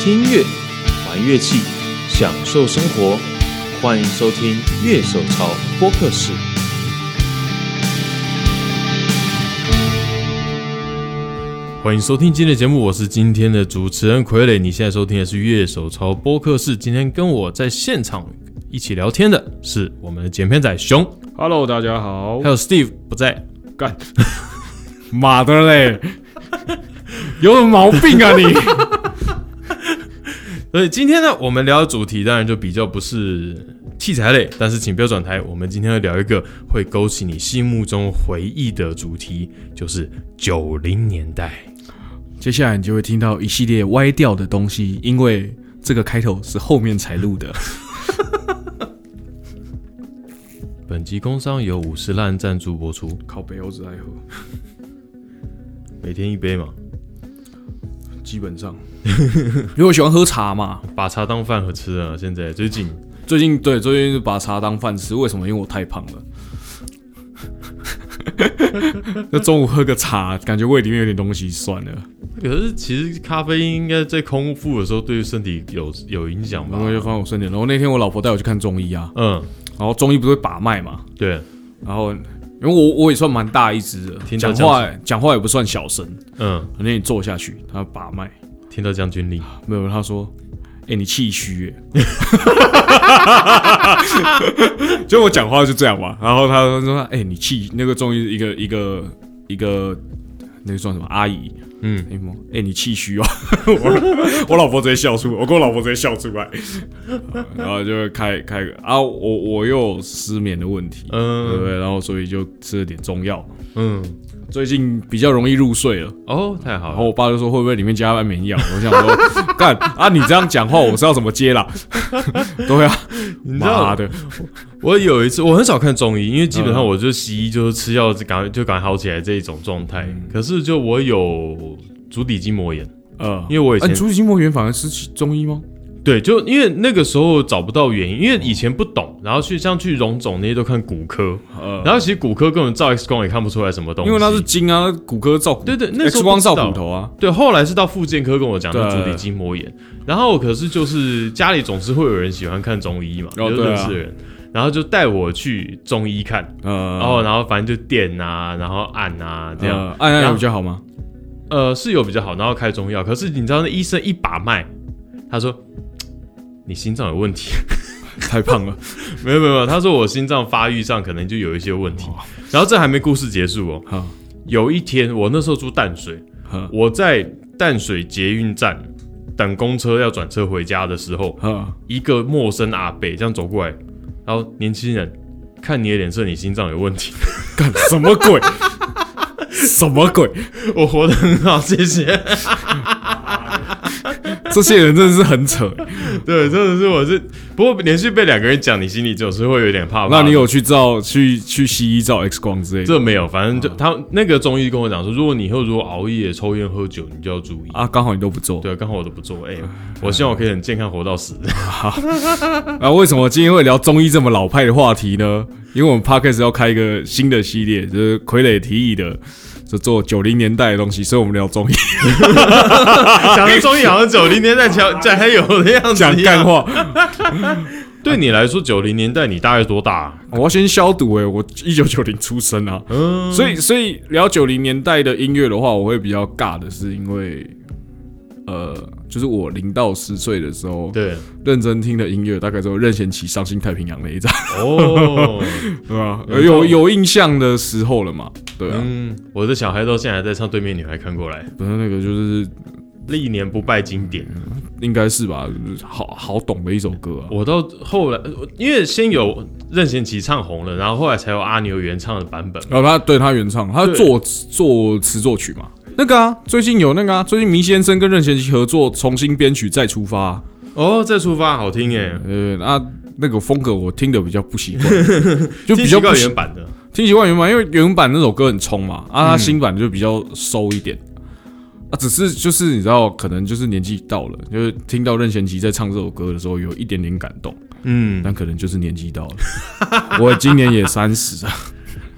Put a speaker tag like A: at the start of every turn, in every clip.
A: 听乐，玩乐器，享受生活，欢迎收听《乐手潮播客室》。欢迎收听今天的节目，我是今天的主持人傀儡。你现在收听的是《乐手潮播客室》，今天跟我在现场一起聊天的是我们的剪片仔熊，
B: Hello，大家好
A: 还。有 Steve 不在，
B: 干，妈的嘞， 有什么毛病啊你？
A: 所以今天呢，我们聊的主题当然就比较不是器材类，但是请不要转台。我们今天要聊一个会勾起你心目中回忆的主题，就是九零年代。
B: 接下来你就会听到一系列歪掉的东西，因为这个开头是后面才录的。
A: 本集工商由五十烂赞助播出，
B: 靠北欧子爱喝，
A: 每天一杯嘛，
B: 基本上， 因为我喜欢喝茶嘛。
A: 把茶当饭喝吃啊。现在最近
B: 最近对，最近把茶当饭吃，为什么？因为我太胖了。 那中午喝个茶，感觉胃里面有点东西，算了，
A: 可是其实咖啡因应该在空腹的时候对身体有有影响吧
B: 然？后就放我身体。然后那天我老婆带我去看中医啊，
A: 嗯，
B: 然后中医不是会把脉嘛，
A: 对，
B: 然后因为我我也算蛮大一只的，
A: 听到
B: 讲话讲话也不算小声。
A: 嗯，
B: 那你坐下去，他把脉，
A: 听到将军令，
B: 没有他说：“哎、你气虚 耶。”就我讲话就这样嘛，然后他说：“哎、你气那个中医一个一个一个那个算什么阿姨？
A: 嗯，
B: 哎、欸你气虚哦。 我”我老婆直接笑出来，我跟我老婆直接笑出来，然后就会开开个啊，我我又有失眠的问题，对不
A: 嗯
B: 对？然后所以就吃了点中药，
A: 嗯，
B: 最近比较容易入睡了。
A: 哦，太好
B: 然
A: 了
B: 后。我爸就说会不会里面加安眠药？我想说，干啊，你这样讲话，我是要怎么接啦？ 对啊，
A: 知道
B: 妈的，
A: 我有一次，我很少看中医，因为基本
B: 嗯
A: 上我就西医就是吃药就赶快就赶快好起来这一种状态。
B: 嗯
A: 可是就我有足底筋膜炎，
B: 呃，
A: 因为我以
B: 啊，
A: 前、
B: 你出筋膜炎反而是中医吗？
A: 对，就因为那个时候找不到原因，因为以前不懂，然后去像去荣总那些都看骨科，
B: 呃，
A: 然后其实骨科根本照 X 光也看不出来什么东西，
B: 因为那是筋啊，骨科照骨，
A: 对对那时
B: X
A: 候
B: 光
A: 不知道
B: 照骨头啊，
A: 对，后来是到复健科跟我讲
B: 对
A: 是足底筋膜炎，然后可是就是家里总是会有人喜欢看中医嘛，
B: 哦
A: 就
B: 对啊
A: 认识的人，然后就带我去中医看，
B: 呃，
A: 然后然后反正就电啊，然后按啊哦这样。
B: 呃按按
A: 然
B: 有
A: 后
B: 比较好吗？
A: 呃，是有比较好，然后开中药。可是你知道那医生一把脉，他说嘖你心脏有问题，
B: 太胖了，
A: 没有没有没有，他说我心脏发育上可能就有一些问题。然后这还没故事结束哦，
B: 好，
A: 有一天我那时候住淡水，
B: 好，
A: 我在淡水捷运站等公车要转车回家的时候，
B: 好，
A: 一个陌生阿伯这样走过来，然后年轻人看你的脸色，你心脏有问题。
B: 干什么鬼？ 什么鬼？
A: 我活得很好，谢谢。
B: 这些人真的是很扯。
A: 对，真的是我是，不过连续被两个人讲，你心里总是会有点怕怕的。
B: 那你有去照去去西医照 X 光之类的？
A: 这没有？反正
B: 嗯
A: 就他那个中医跟我讲说，如果你以后如果熬夜、抽烟、喝酒，你就要注意。
B: 啊，刚好你都不做。
A: 对，刚好我都不做。哎、我希望我可以很健康活到 死。
B: 啊，为什么今天会聊中医这么老派的话题呢？因为我们 podcast 要开一个新的系列，就是傀儡提议的，就做九零年代的东西，所以我们聊中医，
A: 讲的中医好像九零年代讲讲还有的样子
B: 讲
A: 一
B: 干
A: 样。
B: 话。
A: 对你来说，九零年代你大概多大、啊
B: 我要先消毒诶、欸我一九九零出生啊，
A: 嗯，
B: 所以所以聊九零年代的音乐的话，我会比较尬的是因为，呃，就是我零到十岁的时候，
A: 对，
B: 认真听的音乐大概只有任贤齐《伤心太平洋》那一张，
A: 哦，
B: 对啊吧？
A: 有
B: 有有印象的时候了嘛，对啊，
A: 嗯，我的小孩到现在还在唱《对面女孩看过来》，
B: 不是那个就是
A: 历年不败经典。
B: 应该是吧，好好懂的一首歌啊。
A: 我到后来，呃因为先有任贤齐唱红了，然后后来才有阿牛原唱的版本。
B: 然后他对他原唱，他
A: 对
B: 作作词作曲嘛。那个啊，最近有那个啊，最近迷先生跟任贤齐合作重新编曲再出发、啊，
A: 哦，再出发好听耶，
B: 呃，那那个风格我听的比较 不习惯，就
A: 听
B: 比较
A: 习
B: 不
A: 惯
B: 习
A: 原版的。
B: 听习惯原版，因为原版那首歌很冲嘛，
A: 嗯
B: 啊，他新版就比较收一点。啊，只是就是你知道，可能就是年纪到了，就是听到任贤齐在唱这首歌的时候，有一点点感动，
A: 嗯，
B: 但可能就是年 纪到了。我今年也三十了，啊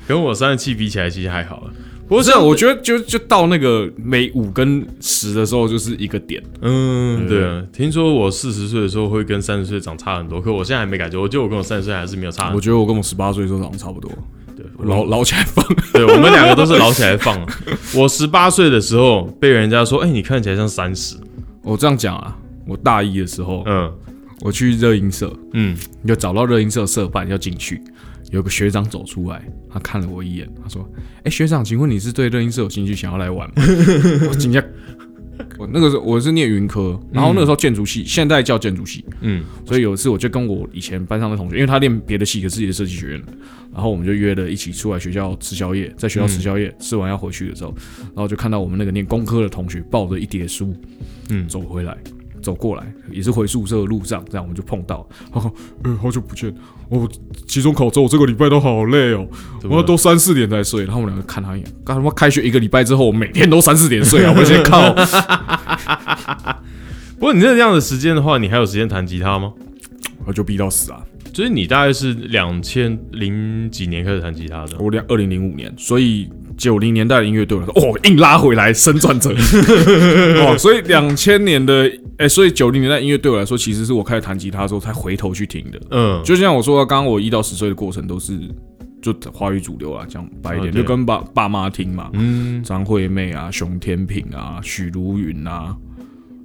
A: 跟我三十七比起来，其实还好了。啊不过
B: 不是，啊我觉得就就到那个每五跟十的时候就是一个点，
A: 嗯，
B: 对
A: 对啊，听说我四十岁的时候会跟三十岁长差很多，可我现在还没感觉，我觉得我跟我三十岁还是没有差很
B: 我
A: 多。
B: 觉得我跟我十八岁的时候好像差不多，
A: 对，
B: 啊老老起来放，
A: 对我们两个都是老起来放啊了。 我十八岁的时候被人家说，哎、你看起来像三十。
B: 我这样讲啊，我大一的时候，
A: 嗯
B: 我去热音社，
A: 嗯，
B: 就找到热音社社办要进去，有个学长走出来，他看了我一眼，他说：“哎、学长，请问你是对热音社有兴趣，想要来玩吗？” 我惊讶，我那个时候我是念云科，然后那个时候建筑系，现在叫建筑系，
A: 嗯，
B: 所以有一次我就跟我以前班上的同学，因为他念别的系，可是也是设计学院的，然后我们就约了一起出来学校吃宵夜，在学校吃宵
A: 嗯
B: 夜，吃完要回去的时候，然后就看到我们那个念工科的同学抱着一叠书，
A: 嗯
B: 走回来。走过来也是回宿舍的路上，这样我们就碰 到。他说：“嗯、好久不见，我期中考之后，我这个礼拜都好累哦，
A: 怎么
B: 我要
A: 了
B: 都三四点才睡。”然后我们两个看他一眼，干他妈开学一个礼拜之后，我每天都三四点睡 啊！我先靠，
A: 不过你这样的时间的话，你还有时间弹吉他吗？
B: 我就逼到死啊！
A: 就是你大概是两千零几年开始弹吉他的，
B: 我两二零零五年，所以九零年代的音乐对我来说，哦，硬拉回来，生转 折。哦，所以两千年的，哎、所以九零年代音乐对我来说，其实是我开始弹吉他的时候才回头去听的。
A: 嗯，
B: 就像我说的，刚刚我一到十岁的过程都是就华语主流啊，讲白一点，
A: 啊对
B: 就跟爸爸妈听嘛，
A: 嗯，
B: 张惠妹啊、熊天平啊、许茹芸啊。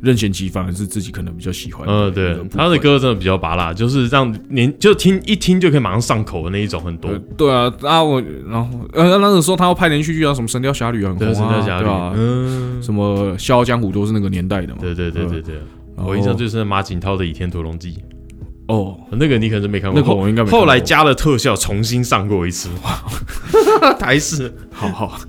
B: 任贤齐反而是自己可能比较喜欢，
A: 呃，对，他的，歌真的比较拔辣，就是让年就听一听就可以马上上口的那一种，很多
B: 呃。对啊，啊我然后呃那个时候他要拍连续剧啊，什么《神雕侠侣》啊很红
A: 对，
B: 啊，
A: 神雕侠侣
B: 对啊，，
A: 嗯，
B: 什么《笑傲江湖》都是那个年代的嘛。
A: 对对对对对，
B: 然后
A: 我印象最深的马景涛的《倚天屠龙记
B: 哦，》，
A: 那个你可能是没看过，
B: 那个我应该没看过
A: 后来加了特效，重新上过一次， 台 式，
B: 好好，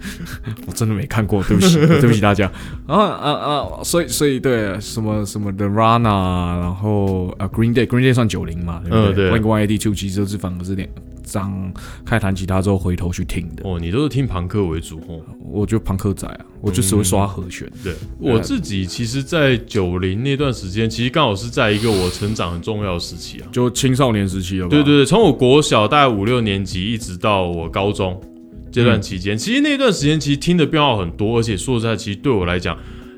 B: 我真的没看过，对 不起，对不起大家。啊啊啊！所以所以对什么什么 The Rana，啊然后啊 Green Day，Green Day 算九零嘛，对不
A: 嗯对
B: 对？Blink One Eighty Two 其实就是反而是两张开弹吉他之后回头去听的。
A: 哦，你都是听朋克为主哦。
B: 我就朋克仔啊，我就只会刷和弦。
A: 对我自己，其实，在九零那段时间，其实刚好是在一个我成长很重要的时期啊。
B: 就青少年时期了吧？
A: 对对对，从我国小大概五六年级一直到我高中这段期间，其实那段时间其实听的变化很多，而且说实在，其实对我来讲，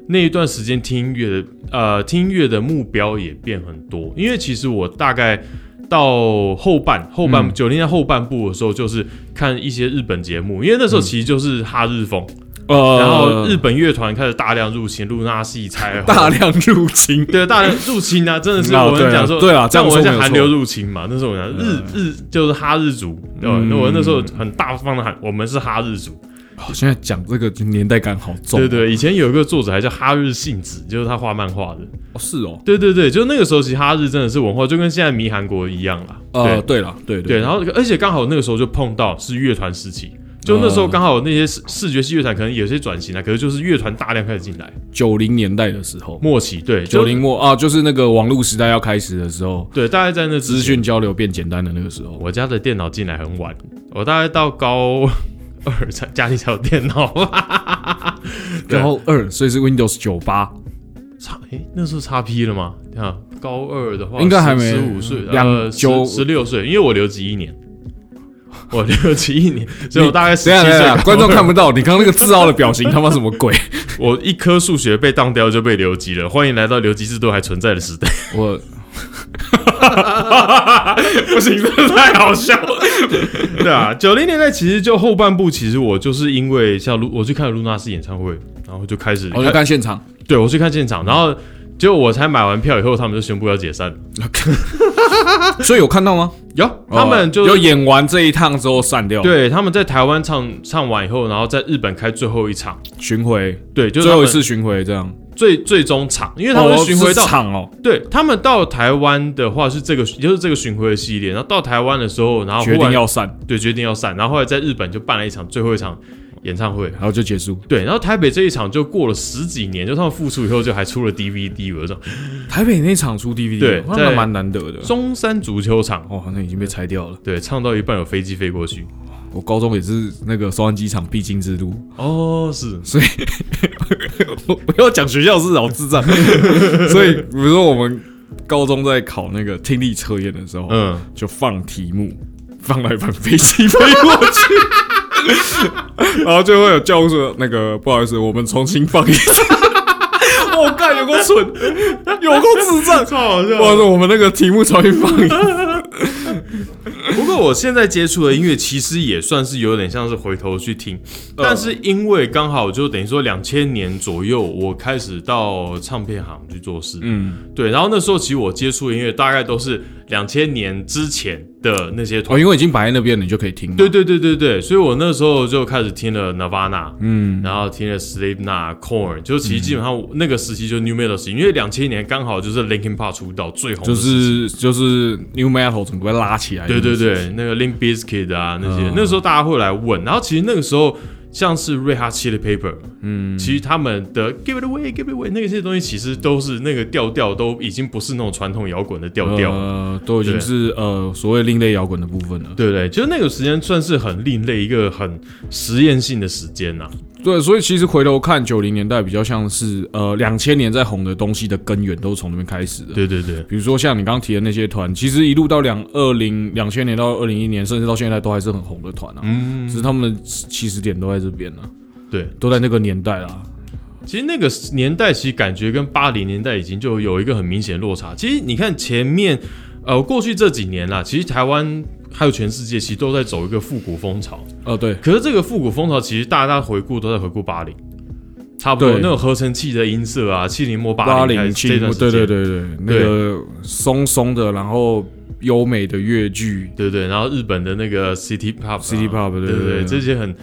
A: 那一段时间听音乐的呃听音乐的目标也变很多，因为其实我大概。到后半后半九零、年代后半部的时候，就是看一些日本节目，因为那时候其实就是哈日风，
B: 呃，
A: 然后日本乐团开始大量入侵，露娜系 彩虹，
B: 大量入侵，
A: 对，大人入侵啊，真的是
B: 啊
A: 我们讲说，
B: 对啊对啊这
A: 像
B: 样
A: 我
B: 说
A: 们
B: 没
A: 讲
B: 有
A: 韩
B: 错
A: 流入侵嘛，那时候我们讲日日就是哈日族，对吧？
B: 嗯
A: 那我那时候很大方的喊，我们是哈日族，
B: 哦现在讲这个年代感好重。
A: 对对，以前有一个作者还叫哈日信子，就是他画漫画的，
B: 哦，是哦。
A: 对对对，就那个时候其实哈日真的是文化，就跟现在迷韩国一样啦，
B: 呃，
A: 对
B: 对了，对
A: 对，然后而且刚好那个时候就碰到是乐团时期。就那时
B: 嗯
A: 候刚好那些视视觉系乐团可能有些转型啊，可是就是乐团大量开始进来，
B: 九零年代的时候，
A: 末期对就
B: 九零末啊，就是那个网络时代要开始的时候，
A: 对，大概在那之前
B: 资讯交流变简单的那个时候。
A: 我家的电脑进来很晚，我大概到高 二才家里才有电脑 吧。对
B: 然后二，所以是 Windows 九八，
A: 差诶、那时候差 P 了吗？啊，高二的话
B: 应该还没
A: 十五岁，
B: 两
A: 呃
B: 九
A: 十六岁，因为我留级一年， 我留级一年，所以我大概十
B: 等一
A: 七
B: 下等一
A: 岁
B: 下，
A: 高
B: 啊观众
A: 二
B: 看不到你刚刚那个自傲的表情，他妈什么鬼？
A: 我一科数学被当掉就被留级了。欢迎来到留级制度还存在的时 代。
B: 我
A: 不行，这太好笑了。 对啊，九零年代其实就后半部，其实我就是因为像卢，我去看卢纳斯演唱会，然后就开始
B: 我哦就看现场，
A: 对我去看现场，然后结果我才买完票以后，他们就宣布要解散了。
B: 所以有看到吗？
A: 有，他们就、
B: 哦有演完这一趟之后散掉，，
A: 对他们在台湾唱唱完以后，然后在日本开最后一场，
B: 巡回
A: 对，就是
B: 最后一
A: 他们
B: 次巡回这样，
A: 最最终场，因为他们巡回
B: 哦
A: 到、
B: 是场哦，
A: 对他们到台湾的话是这个也就是这个巡回的系列，然后到台湾的时候，然后忽
B: 决
A: 然
B: 定要散，
A: 对决定要散，然后后来在日本就办了一场最后一场演唱会。
B: 然后就结束。
A: 对，然后台北这一场就过了十几年，就他们复出以后就还出了 DVD，我这种
B: 台北那场出 DVD，
A: 对
B: 那
A: 在
B: 蛮难得的。
A: 中山足球场，
B: 哦，那已经被拆掉了。
A: 对，唱到一半有飞机飞过去，
B: 我高中也是那个收安机场必经之路，
A: 哦，是
B: 我不要讲学校是老智障，所以比如说我们高中在考那个听力测验的时候，
A: 嗯，
B: 就放题目，放到一半飞机飞过去， 然后就会有教务说那个不好意思，我们重新放一次。 我干，有够蠢，有够智 障，
A: 超好
B: 不好意
A: 笑。
B: 思，我们那个题目重新放一次。
A: 不过我现在接触的音乐其实也算是有点像是回头去
B: 嗯
A: 听，但是因为刚好就等于说两千年左右，我开始到唱片行去做事，
B: 嗯，
A: 对，然后那时候其实我接触的音乐大概都是两千年之前的那些团，
B: 哦，因为已经摆在那边了，你就可以听嘛。
A: 对对对对对，所以我那时候就开始听了 Nirvana，
B: 嗯，
A: 然后听了 Slipknot、Corn，就其实基本上我那个时期就是 New Metal 时期，因为两千年刚好就是 Linkin Park 出道最红的
B: 就
A: 时期，
B: 是哎就是 New Metal 整个被拉起来。
A: 对对，对，那个 Link Biscuit 啊那些，
B: 嗯
A: 那时候大家会来问，然后其实那个时候像是 Red Hot Chili Paper，嗯，其实他们的 Give It Away，Give It Away 那些东西其实都是那个调调都已经不是那种传统摇滚的调调了。
B: 呃，都已经
A: 对
B: 是呃所谓另类摇滚的部分了。
A: 对不对？就是那个时间算是很另类，一个很实验性的时间啊呐、
B: 对，所以其实回头看九零年代比较像是呃两千年在红的东西的根源都是从那边开始的。
A: 对对对，
B: 比如说像你刚刚提的那些团，其实一路到两二零两千年到二零一年，甚至到现在都还是很红的团啊。
A: 嗯，
B: 只是他们的起始点都在这边呢、啊
A: 对。
B: 都在那个年代啊啦。
A: 其实那个年代，其实感觉跟八零年代已经就有一个很明显的落差。其实你看前面，呃，过去这几年啦，其实台湾还有全世界，其实都在走一个复古风潮。
B: 哦，对，
A: 可是这个复古风潮，其实大家回顾都在回顾八零，差不多
B: 对
A: 那种合成器的音色啊，七零末
B: 八
A: 零
B: 零
A: 开始这
B: 七，
A: 段时
B: 对对
A: 间
B: 对对，那个松松的，然后优美的乐剧
A: 对对，然后日本的那个 City Pop、
B: ，City。Pop，
A: 啊对
B: 对
A: 对，
B: 对，呃
A: 这些很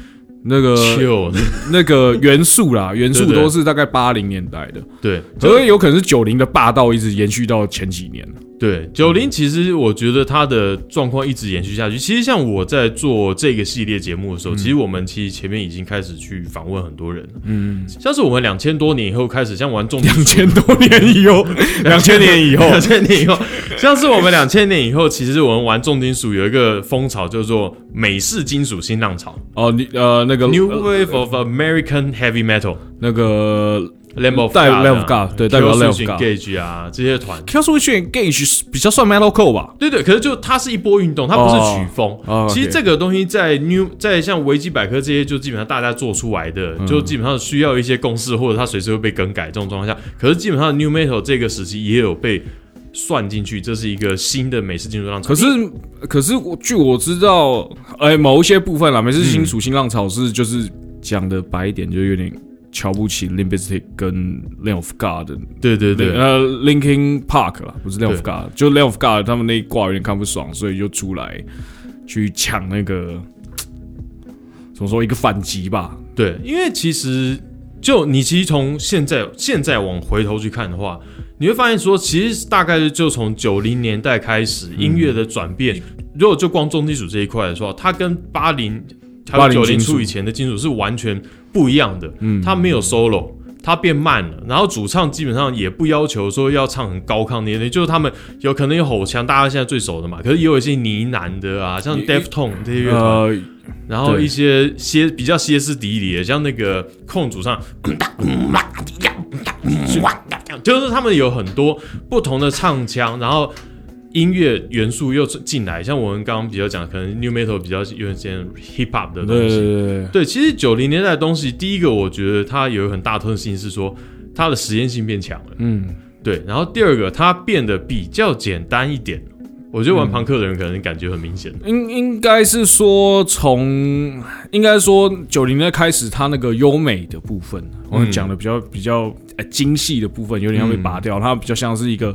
B: 那个
A: chill，的
B: 那个元素啦，元素
A: 对对
B: 都是大概八零年代的，
A: 对，
B: 所以有可能是九零的霸道一直延续到前几年。
A: 对，九零其实我觉得它的状况一直延续下去。其实像我在做这个系列节目的时候，其实我们其实前面已经开始去访问很多人了。
B: 嗯，
A: 像是我们两千多年以后开始，像玩重金
B: 两
A: 属，
B: 千多年以后， 两千年以后，
A: 两千年以后，像是我们两千年以后，其实我们玩重金属有一个风潮叫做美式金属新浪潮
B: 哦，你呃那个
A: ，New Wave of American Heavy Metal。
B: 那个
A: Lamb of
B: 代
A: God 啊
B: Lamb of God，对代表
A: Killswitch
B: Lamb of God
A: Engage 啊，这些团
B: Kill Switch Engage 比较算 metalcore 吧，
A: 对对，可是就它是一波运动，它不是曲风。
B: 哦哦
A: 其实
B: OK
A: 这个东西在 New 在像维基百科这些，就基本上大家做出来的，就基本上需要一些公式，或者它随时会被更改这种状况下。可是基本上 New Metal 这个时期也有被算进去，这是一个新的美式金属浪潮。
B: 可是，可是我据我知道，哎、某一些部分啦，每次新属新浪潮是就是讲的白一点，就有点瞧不起 l i m b i s t i c 跟 Lamb of God 的
A: 对对对，
B: 呃 Linkin Park 啦，不是 Lamb of God，就 Lamb of God 他们那一挂有点看不爽，所以就出来去抢那个怎么说一个反击吧。
A: 对，因为其实就你其实从现在现在往回头去看的话，你会发现说，其实大概就从九零年代开始音乐的转变，
B: 嗯
A: 如果就光重金属这一块来说，它跟八零还有
B: 80
A: 九零
B: 金属
A: 初以前的金属是完全不一样的，
B: 嗯
A: 它没有 solo。它变慢了，然后主唱基本上也不要求说要唱很高亢的，也就是他们有可能有吼腔，大家现在最熟的嘛，可是也有一些呢喃的啊，像
B: 也
A: Deftone 这些乐团，
B: 呃，
A: 然后
B: 对
A: 一些歇比较歇斯底里的，像那个控主上，
B: 嗯
A: 就是他们有很多不同的唱腔，然后音乐元素又进来，像我们刚刚比较讲，可能 new metal 比较有点 hip hop 的
B: 对
A: 东
B: 对
A: 西。
B: 对对，
A: 对，其实九零年代的东西，第一个我觉得它有一个很大特性是说它的实验性变强了，
B: 嗯，
A: 对，然后第二个它变得比较简单一点，我觉得玩
B: 嗯
A: 朋克的人可能感觉很明显。
B: 应应该是说从，应该说九零年代开始，它那个优美的部分，我
A: 嗯
B: 们讲的比较比较呃精细的部分，有点要被拔掉，它比较像是一个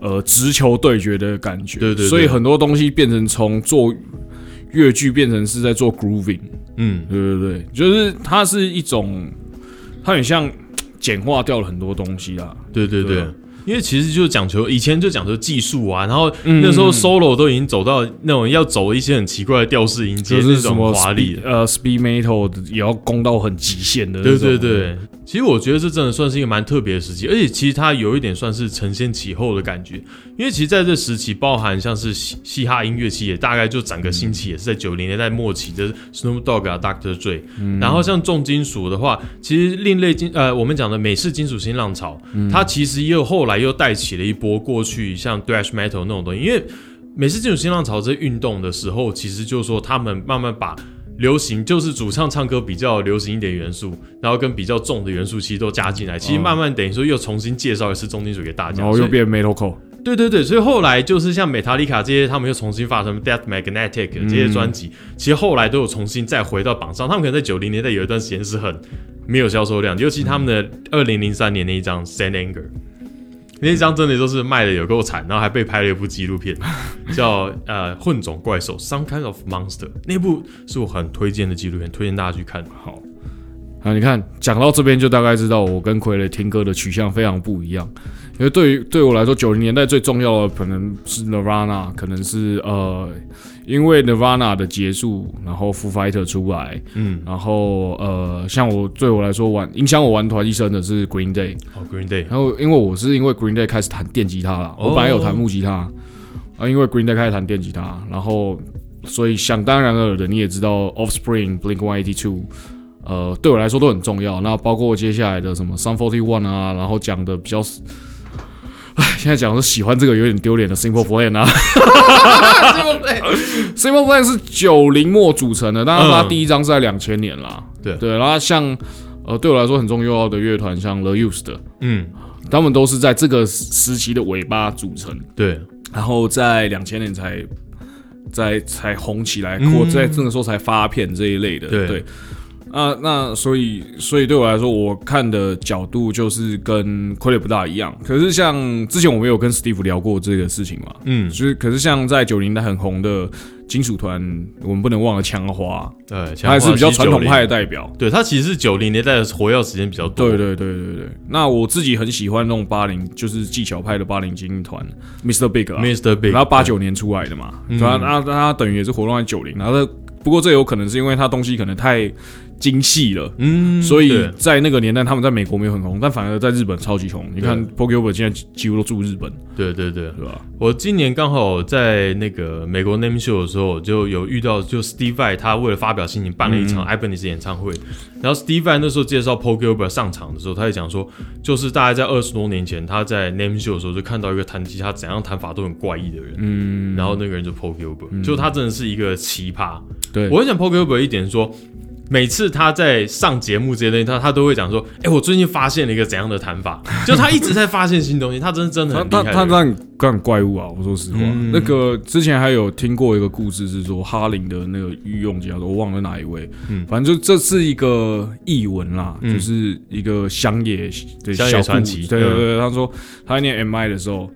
B: 呃直球对决的感觉。
A: 对对对
B: 所以很多东西变成从做越剧变成是在做 grooving，
A: 嗯，
B: 对对对，就是它是一种，它很像简化掉了很多东西啦。
A: 对对
B: 对
A: 对
B: 啊，
A: 因为其实就讲求以前就讲求技术啊，然后
B: 嗯
A: 那时候 solo 都已经走到那种要走一些很奇怪的调式音阶
B: 就
A: 那
B: 是什么
A: 种华丽
B: speed-
A: 的。
B: 呃 speed metal 也要攻到很极限的那
A: 对
B: 种。
A: 对对，其实我觉得这真的算是一个蛮特别的时期，而且其实它有一点算是承先启后的感觉，因为其实在这时期，包含像是嘻嘻哈音乐系也大概就整个兴起也是在九零年代末期的 Snoop Dogg 啊、Dr. Dre，、然
B: 嗯
A: 后像重金属的话，其实另类金呃我们讲的美式金属新浪潮，它其实又后来又带起了一波过去像 Thrash Metal 那种东西，因为美式金属新浪潮这运动的时候，其实就是说他们慢慢把流行就是主唱唱歌比较流行一点元素，然后跟比较重的元素其实都加进来，其实
B: 哦
A: 慢慢等于说又重新介绍一次重金属给大家，
B: 然后
A: 所
B: 又
A: 以
B: 变 metalcore，
A: 对对对，所以后来就是像美塔里卡这些，他们又重新发什么 Death Magnetic
B: 嗯
A: 这些专辑，其实后来都有重新再回到榜上。他们可能在九零年代有一段时间是很没有销售量，尤其他们的二零零三年那一张 Sand Anger。那一张真的就是卖的有够惨，然后还被拍了一部纪录 片，叫呃《混种怪兽》（Some Kind of Monster）。那部是我很推荐的纪录片，推荐大家去看。
B: 好，啊，你看讲到这边就大概知道我跟傀儡听歌的取向非常不一样，因为对于对我来说，九零年代最重要的可能是 Nirvana，可能是呃，因为 Nirvana 的结束，然后 Foo Fighter 出来，
A: 嗯，
B: 然后呃，像我对我来说玩影响我玩团一生的是哦 Green Day，
A: 好、g r e e n Day，
B: 然后因为我是因为 Green Day 开始弹电吉他啦，
A: 哦
B: 我本来有弹木吉他，啊，因为 Green Day 开始弹电吉他，然后所以想当然了的，你也知道 Offspring、Blink One Eighty Two，呃，对我来说都很重要。那包括接下来的什么 Sun Forty One 啊，然后讲的比较，唉，现在讲的喜欢这个有点丢脸的 Simple Plan 啊，Simple Plan 是九零末组成的，当然它
A: 嗯
B: 第一张是在两千年啦，
A: 对
B: 对，然后像呃对我来说很重要的乐团，像 The Used 的。
A: 嗯，
B: 他们都是在这个时期的尾巴组成，
A: 对，
B: 然后在两千年才才才红起来，
A: 嗯
B: 或在这个时候才发片这一类的。
A: 对
B: 对，啊，那所以所以对我来说，我看的角度就是跟傀儡不大一样。可是像之前我们有跟 Steve 聊过这个事情嘛，
A: 嗯，
B: 就是可是像在九零代很红的金属团，我们不能忘了枪花，
A: 对，
B: 他还是比较传统派的
A: 的，
B: 代表。
A: 对他其实是九零年代的活跃时间比较多。
B: 对对对对对，那我自己很喜欢那种八零，就是技巧派的八零精英团，Mr. Big 啊，
A: Mr. Big，
B: 然后八九年出来的嘛，
A: 嗯
B: 对啊，那那他等于也是活动在九零，然后他不过这有可能是因为他东西可能太精细了，
A: 嗯，
B: 所以
A: 对
B: 在那个年代他们在美国没有很红，但反而在日本超级红。你看 p o k e b o 现在几几乎都住日本，
A: 对对对，
B: 对吧？
A: 我今年刚好在那个美国 Name Show 的时候，就有遇到，就 Steve Vai 他为了发表心情办了一场 Ibanez 演唱会，然后 Steve Vai 那时候介绍 Paul Gilbert 上场的时候，他也讲说，就是大概在二十多年前，他在 Name Show 的时候就看到一个弹吉他怎样弹法都很怪异的人，嗯，然后那个人就 Paul Gilbert，、就他真的是一个奇葩，
B: 对
A: 我很想 Paul Gilbert 一点说。每次他在上节目这些东西，他他都会讲说：“哎、我最近发现了一个怎样的弹法？”就他一直在发现新东西，他真的真的
B: 他
A: 很厉
B: 他
A: 害的人。
B: 他让让怪物啊！我说实话，
A: 嗯
B: 那个之前还有听过一个故事，是说哈林的那个御用家，我忘了哪一位，
A: 嗯
B: 反正就这是一个译文啦，
A: 嗯
B: 就是一个乡野的
A: 乡野
B: 小故
A: 传奇嗯
B: 对对对，他说他在念 MI 的时候，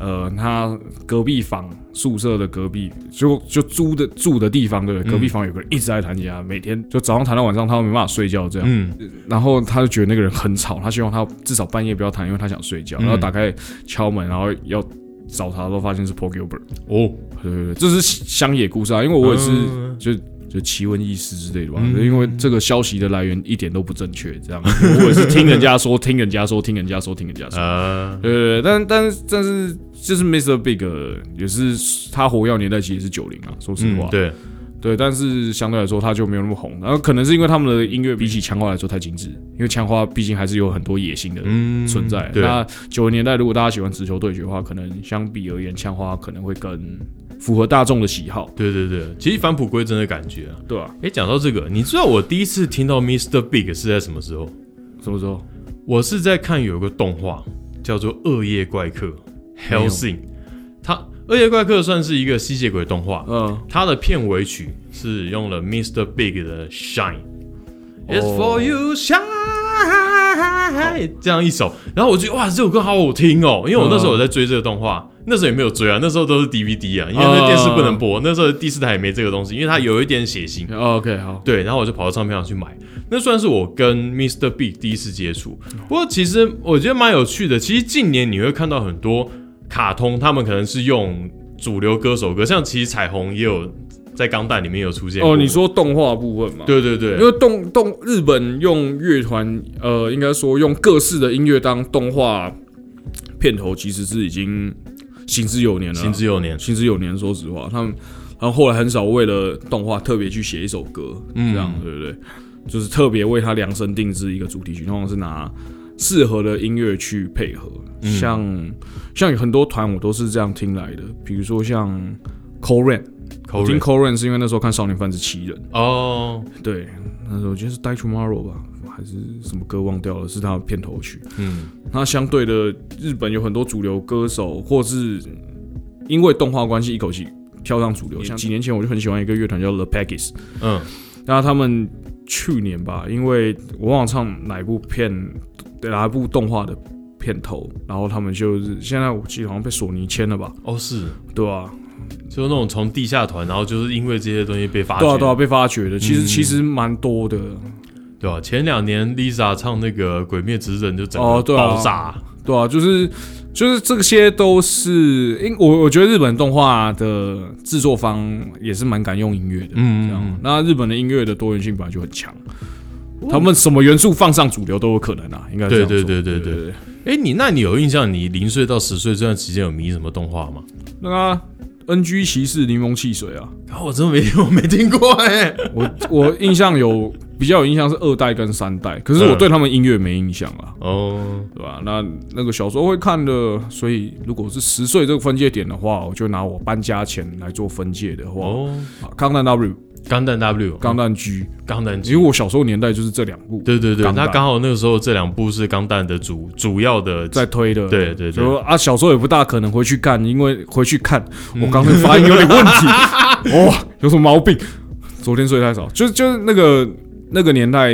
B: 呃，他隔壁房宿舍的隔壁就就租的住的地方，对不对？隔壁
A: 嗯
B: 房有个人一直在弹吉他，每天就早上弹到晚上，他都没办法睡觉这样。
A: 嗯，
B: 然后他就觉得那个人很吵，他希望他至少半夜不要弹，因为他想睡觉。
A: 嗯
B: 然后打开敲门，然后要找他，都发现是 Paul Gilbert。
A: 哦，
B: 对对对，这是乡野故事啊，因为我也是、
A: 嗯
B: 就就奇闻异事之类的吧。
A: 嗯
B: 因为这个消息的来源一点都不正确，这 样我也是听人家说，听人家说，听人家说，听人家说。
A: 呃，
B: 对对对，但但是但是就是 Mr. Big 呃也是他活跃年代其实是九零啊，说实话，
A: 嗯，对，
B: 对，但是相对来说他就没有那么红，然后可能是因为他们的音乐比起枪花来说太精致，因为枪花毕竟还是有很多野心的
A: 嗯，
B: 存在。
A: 对，
B: 那九零年代如果大家喜欢直球对决的话，可能相比而言，枪花可能会更符合大众的喜好，
A: 对对对，其实返璞归真的感觉啊。
B: 对吧、
A: 哎，讲到这个，你知道我第一次听到 Mr. Big 是在什么时候？
B: 什么时候？
A: 我是在看有个动画叫做《恶夜怪客》
B: 有
A: （Hellsing），它《恶夜怪客》算是一个吸血鬼动画，
B: 嗯，
A: 它的片尾曲是用了 Mr. Big 的 Shine。It's
B: 哦
A: for you shine，这样一首，然后我就哇，这首歌好好听哦，因为我那时候我在追这个动画，那时候也没有追啊，那时候都是 DVD 啊，因为那电视不能播，那时候第四台也没这个东西，因为它有一点血腥，
B: 哦，OK，好，
A: 对，然后我就跑到唱片行去买，那算是我跟 Mr. Big 第一次接触。不过其实我觉得蛮有趣的，其实近年你会看到很多卡通，他们可能是用主流歌手歌，像其实彩虹也有在钢弹里面有出现过
B: 哦，你说动画部分嘛？。
A: 对对对
B: 因，为动动日本用乐团，呃，应该说用各式的音乐当动画片头，其实是已经行之有年了。啊
A: 行之有年，
B: 行之有年，说实话，他们然后后来很少为了动画特别去写一首歌，
A: 嗯
B: 这样对不对？就是特别为他量身定制一个主题曲，通常是拿适合的音乐去配合。
A: 嗯
B: 像像有很多团我都是这样听来的，比如说像 c o r a n
A: 口
B: 我听
A: 人
B: c o r e n 是因为那时候看《少年犯》是七人，
A: 哦，
B: 对，那时候我记得是《Die Tomorrow》吧，还是什么歌忘掉了，是他的片头曲。
A: 嗯，
B: 那相对的，日本有很多主流歌手，或是因为动画关系一口气跳上主流。像几年前我就很喜欢一个乐团叫 The Peggies，
A: 嗯，
B: 那他们去年吧，因为我忘了唱哪一部片，对哪一部动画的片头，然后他们就是现在我记得好像被索尼签了吧，
A: 哦是，
B: 对吧、
A: 就那种从地下团，然后就是因为这些东西被发
B: 对啊，
A: 掘，嗯
B: 对啊，被发掘的，其实、其实蛮多的，
A: 对吧？前两年 Lisa 唱那个《鬼灭之刃》就整
B: 哦
A: 个
B: 对啊
A: 爆炸，
B: 对啊，就是就是这些都是，因我我觉得日本动画的制作方也是蛮敢用音乐的，这样
A: 嗯，
B: 那日本的音乐的多元性本来就很强，他们什么元素放上主流都有可能啊，应该是这样
A: 对
B: 说
A: 对对对对
B: 对。
A: 哎，你那你有印象你零岁到十岁这段期间有迷什么动画吗？
B: 那个 NG 骑士柠檬汽水啊，
A: 啊，我真的没我没听过哎，
B: 我 我印象有比较有印象是二代跟三代，可是我
A: 嗯
B: 对他们音乐没印象啊，
A: 哦，
B: 对吧？那那个小时候会看的，所以如果是十岁这个分界点的话，我就拿我搬家前来做分界的话，
A: 哦，
B: 啊钢弹 W、
A: 钢弹 W，
B: 钢弹 G，
A: 钢弹
B: 因为我小时候年代就是这两部
A: 对对对，
B: 钢弹
A: 他刚好那个时候这两部是钢弹的主主要的，
B: 在推的，
A: 对对
B: 所
A: 对
B: 以，说啊，小时候也不大可能回去看，因为回去看
A: 嗯
B: 我刚才发音有点问题， 哇、有什么毛病？昨天睡太少，就就是那个那个年代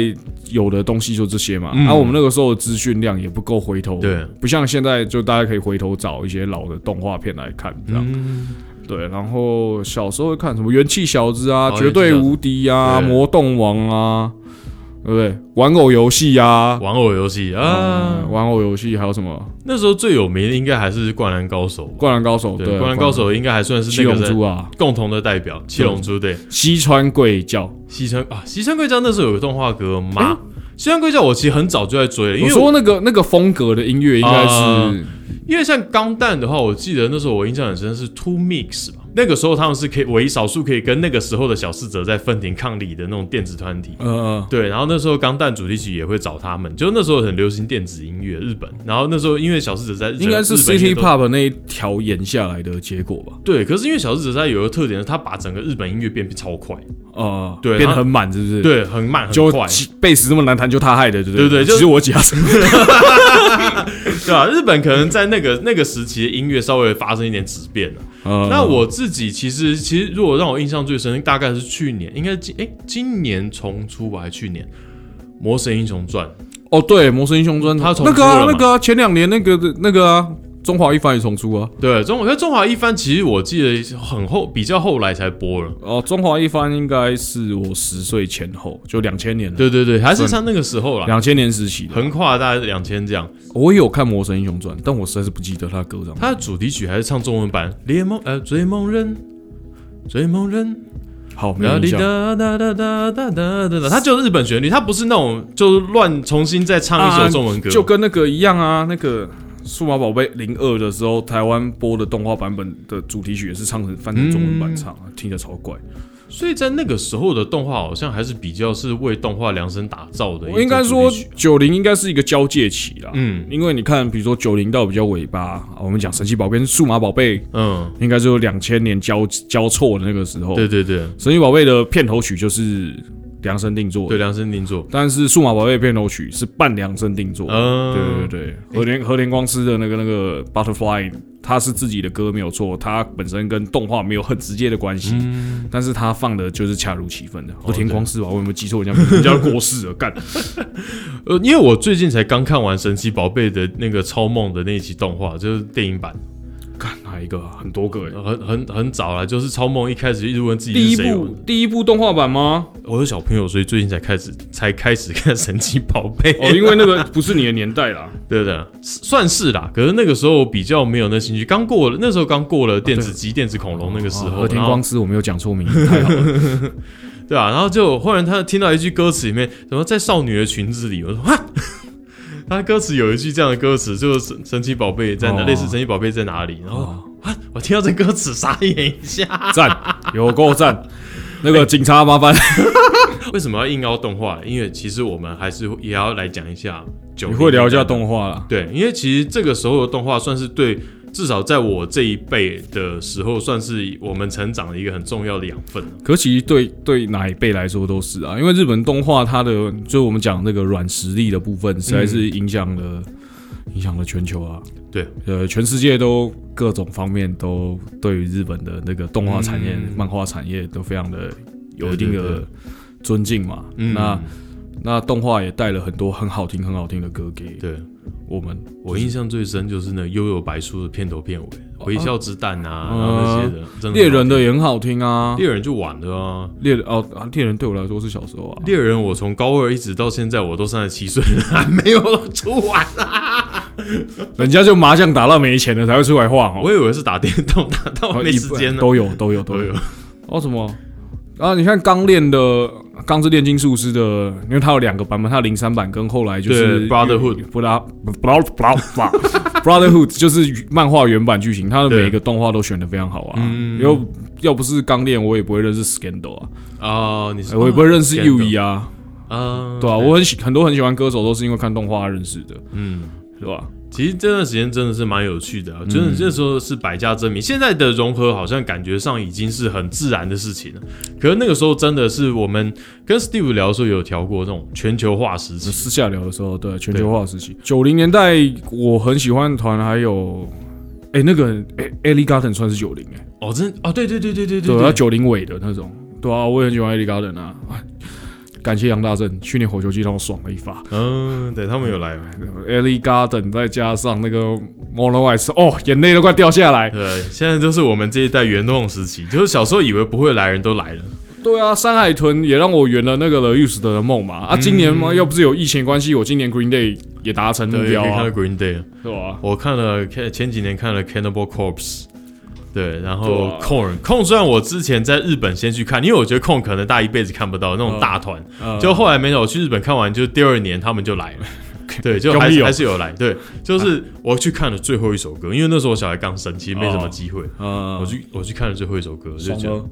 B: 有的东西就这些嘛。
A: 嗯
B: 然后、我们那个时候的资讯量也不够回头，
A: 对，
B: 不像现在就大家可以回头找一些老的动画片来看，这样、
A: 嗯，
B: 对。然后小时候会看什么元气小子啊、
A: 哦
B: 绝
A: 元气
B: 对
A: 小子
B: 无敌啊、
A: 对
B: 魔动王啊，对不对？玩偶游戏啊，
A: 玩偶游戏啊
B: 嗯，玩偶游戏还有什么
A: 那时候最有名的应该还是《灌篮高手》吧。
B: 灌篮高手？
A: 哦对，《灌篮高手》应该还算是
B: 七
A: 那
B: 龙
A: 个人
B: 珠啊，
A: 共同的代表，《七龙珠》对，
B: 西川贵教。
A: 西川啊，西川贵教那时候有个动画歌吗？西川贵教我其实很早就在追了，因
B: 我
A: 为我
B: 说那个那个风格的音乐应该是
A: 啊因为像钢弹的话，我记得那时候我印象很深是 Two Mix 嘛，那个时候他们是可以唯一少数可以跟那个时候的小四者在分庭抗礼的那种电子团体。
B: 呃，
A: 对，然后那时候钢弹主题曲也会找他们，就那时候很流行电子音乐，日本。然后那时候因为小狮子在日
B: 应该是
A: 日本音
B: City
A: 乐都
B: Pop 那一条沿下来的结果吧？
A: 对，可是因为小狮子在有一个特点，是它把整个日本音乐变超快，
B: 呃，
A: 对
B: 变得
A: 它
B: 很满是不是？，
A: 对，很慢很
B: 就
A: 快，
B: 吉贝斯这么难弹就他害的，对不对？
A: 对对就
B: 其实我吉他手
A: 对吧、日本可能在那个那个时期的音乐稍微发生一点质变了。啊
B: 呃
A: 那我自己其实其实如果让我印象最深，大概是去年，应该今哎今年重出吧，还是去年《魔神英雄传》
B: 哦对，《魔神英雄传》
A: 它重出
B: 那个啊
A: 了嘛
B: 那个啊，前两年那个的那个啊，中华一番也重出啊。
A: 对中，因为中华一番其实我记得很后比较后来才播了。
B: 哦，中华一番应该是我十岁前后，就两千年了，
A: 对对对，还是像那个时候啦，
B: 两千年时期的。
A: 横跨大概两千这样。
B: 我也有看《魔神英雄传》，但我实在是不记得他的歌唱。
A: 它的主题曲还是唱中文版，联盟呃追梦人，追梦人，
B: 好，没有
A: 哒
B: 印
A: 滴
B: 象。
A: 哒哒哒哒哒哒哒哒，它就是日本旋律，它不是那种就是乱重新再唱
B: 啊
A: 一首中文歌，
B: 就跟那个一样啊，那个《数码宝贝零二》的时候，台湾播的动画版本的主题曲也是唱成翻成中文版唱啊，听着超怪。
A: 所以在那个时候的动画好像还是比较是为动画量身打造的一个主题曲。
B: 我应该说九零应该是一个交界期啦，
A: 嗯
B: 因为你看，比如说九零到比较尾巴，啊我们讲神奇宝贝、数码宝贝，
A: 嗯，
B: 应该就有两千年交交错的那个时候。
A: 对对对
B: 神奇宝贝的片头曲就是量身定做的
A: 对，，量身定做，
B: 但是数码宝贝的片头曲是半量身定做的。对对
A: 嗯，
B: 对，和田和田光司的那个那个 Butterfly，他是自己的歌没有错，他本身跟动画没有很直接的关系，但是他放的就是恰如其分的。和田光司吧，我有没有记错 人家名字？人家过世了，干。
A: 呃，因为我最近才刚看完《神奇宝贝》的那个超梦的那一集动画，就是电影版。
B: 干哪一个啊？很多个哎、
A: 很很很早了，就是超梦一开始就一直问自己
B: 第
A: 是
B: 一
A: 谁。
B: 部第一部动画版吗？
A: 我有小朋友，所以最近才开始才开始看神奇宝贝，
B: 哦，因为那个不是你的年代啦。
A: 对不对？算是啦，可是那个时候比较没有那兴趣，刚过了那时候刚过了电子机、电子恐龙那个时
B: 哦
A: 候，
B: 和田
A: 然后
B: 光司我 没有讲错名字，太好了。
A: 对啊，然后就忽然他听到一句歌词里面，什么在少女的裙子里，我说哈。 他歌词有一句这样的歌词，就是神神奇宝贝在哪，
B: 哦
A: 类似神奇宝贝在哪里。然后
B: 哦
A: 我听到这歌词傻眼一下，
B: 赞，有够赞。那个警察麻烦，
A: 为什么要硬凹动画？因为其实我们还是也要来讲一下，
B: 你会聊一下动画啦。
A: 对，因为其实这个时候的动画算是对至少在我这一辈的时候，算是我们成长的一个很重要的养分。
B: 可其实对对哪一辈来说都是啊，因为日本动画它的就是我们讲那个软实力的部分，实在是影响了、影响了全球啊。
A: 嗯对，
B: 呃，全世界都各种方面都对于日本的那个动画产业、
A: 嗯
B: 漫画产业都非常的有
A: 对对
B: 一定
A: 对
B: 的尊敬嘛。
A: 嗯，
B: 那那动画也带了很多很好听、很好听的歌给
A: 对
B: 我们。
A: 我印象最深就是那《悠悠白书》的片头片尾，《微笑之蛋》啊，
B: 嗯
A: 然后那些的真的
B: 哦猎人的
A: 很
B: 也很好听啊
A: 好听，猎人就晚了啊。
B: 猎人哦，啊猎人对我来说是小时候啊。
A: 猎人，我从高二一直到现在，我都三十七岁了，还没有出完。啊
B: 人家就麻将打到没钱了才会出来画哦，
A: 我以为是打电动，打到哦没时间了。
B: 呃都有都有都
A: 都
B: 有
A: 有。
B: 哦什么？啊，你看钢炼的《钢之炼金术师》的，因为它有两个版本，它零三版跟后来就是
A: 对 Brotherhood
B: 不拉不拉不拉 不拉 Brotherhood 就是漫画原版剧情，它的
A: 对
B: 每一个动画都选的非常好啊。
A: 嗯
B: 要要不是钢炼，我也不会认识 Scandal 啊，
A: 哦，你是
B: 我也不会认识 U
A: Scandal
B: E 啊，
A: 啊，
B: 对啊，我很喜很多很喜欢歌手都是因为看动画认识的，
A: 嗯，
B: 是吧？
A: 其实这段时间真的是蛮有趣
B: 嗯
A: 的、啊，真的那时候是百家争鸣。现在的融合好像感觉上已经是很自然的事情了，可是那个时候真的是我们跟 Steve 聊的时候有调过这种全球化时期，
B: 私下聊的时候，对全球化的时期，九零年代我很喜欢的团，还有，哎、那个哎 Ellie Garden 算是九零哎，
A: 哦，真哦，对对对对对
B: 对，
A: 对
B: 要九零尾的那种，对啊，我也很喜欢 Ellie Garden 啊，哎感谢杨大正，去年火球季让我爽了一发
A: 嗯，对他们有来嘛，
B: ，Ellie Garden 再加上那个 Mono Eyes，哦，眼泪都快掉下 来，
A: 对，现在就是我们这一代圆梦时期，就是小时候以为不会来人都来了，
B: 对啊，山海豚也让我圆了那个了 Use 的梦嘛，啊，今年嘛，要不是有疫情关系，我今年 Green Day 也达成目
A: 嗯对，也
B: 标
A: 可以看到，
B: 啊
A: Green Day，啊
B: 对吧、
A: 我看了前前几年看了 Cannibal Corpse。对，然后
B: 对啊
A: Corn Corn 虽然我之前在日本先去看，因为我觉得 Corn 可能大家一辈子看不到那种
B: 嗯
A: 大团，
B: 呃
A: 就后来没有，我去日本看完，就第二年他们就来 了。对，就还
B: 有没
A: 是
B: 有
A: 还是有啊来。对，就是我去看了最后一首歌，因为那时候我小孩刚生，其实没什么机会。
B: 呃，
A: 我去我去看了最后一首歌，就
B: 爽
A: 觉得
B: 了，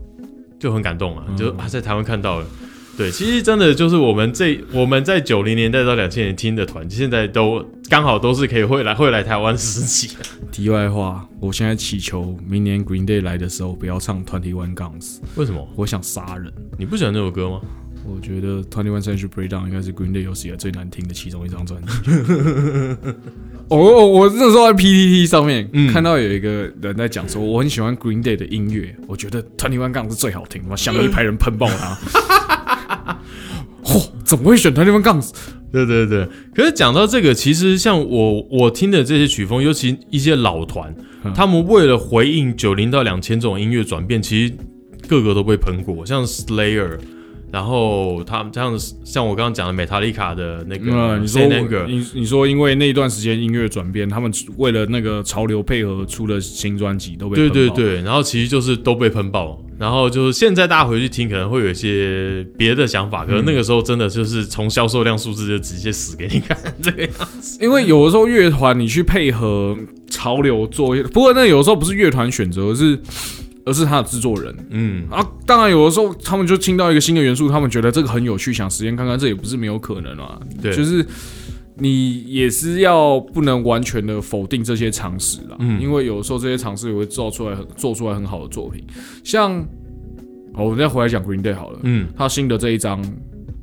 A: 就很感动啊，就啊在台湾看到了。对，其实真的就是我们这我们在九零年代到两千年听的团，现在都刚好都是可以会来会来台湾时期。
B: 题外话，我现在祈求明年 Green Day 来的时候不要唱 Twenty One Guns，
A: 为什么？
B: 我想杀人。
A: 你不喜欢这首歌吗？
B: 我觉得 Twenty One Century Breakdown 应该是 Green Day 有史以来最难听的其中一张专辑。哦，我我那时候在 PTT 上面、
A: 嗯
B: 看到有一个人在讲说，我很喜欢 Green Day 的音乐，我觉得 Twenty One Guns 是最好听的，我想到一排人喷爆他。嚯、怎么会选 Twenty One Guns？
A: 对对对，可是讲到这个，其实像我我听的这些曲风，尤其一些老团，
B: 嗯
A: 他们为了回应九零到两千这种音乐转变，其实各个都被喷过，像 Slayer，然后他们像像我刚刚讲的美塔丽卡的那个
B: 嗯，你
A: s
B: 说
A: a
B: 我
A: n a n g e
B: 你你说因为那一段时间音乐转变，他们为了那个潮流配合出了新专辑，都被
A: 对
B: 喷
A: 对
B: 爆，
A: 对，然后其实就是都被喷爆，然后就是现在大家回去听可能会有一些别的想法，可是那个时候真的就是从销售量数字就直接死给你看，对，
B: 因为有的时候乐团你去配合潮流做，不过那有的时候不是乐团选择，而是而是他的制作人。
A: 嗯，
B: 啊，当然有的时候他们就听到一个新的元素，他们觉得这个很有趣，想实验看看，这也不是没有可能啊。
A: 对，
B: 就是你也是要不能完全的否定这些尝试啦，
A: 嗯
B: 因为有时候这些尝试也会造出来很做出来很好的作品，像哦，我们再回来讲 Green Day 好了，
A: 嗯，
B: 他新的这一张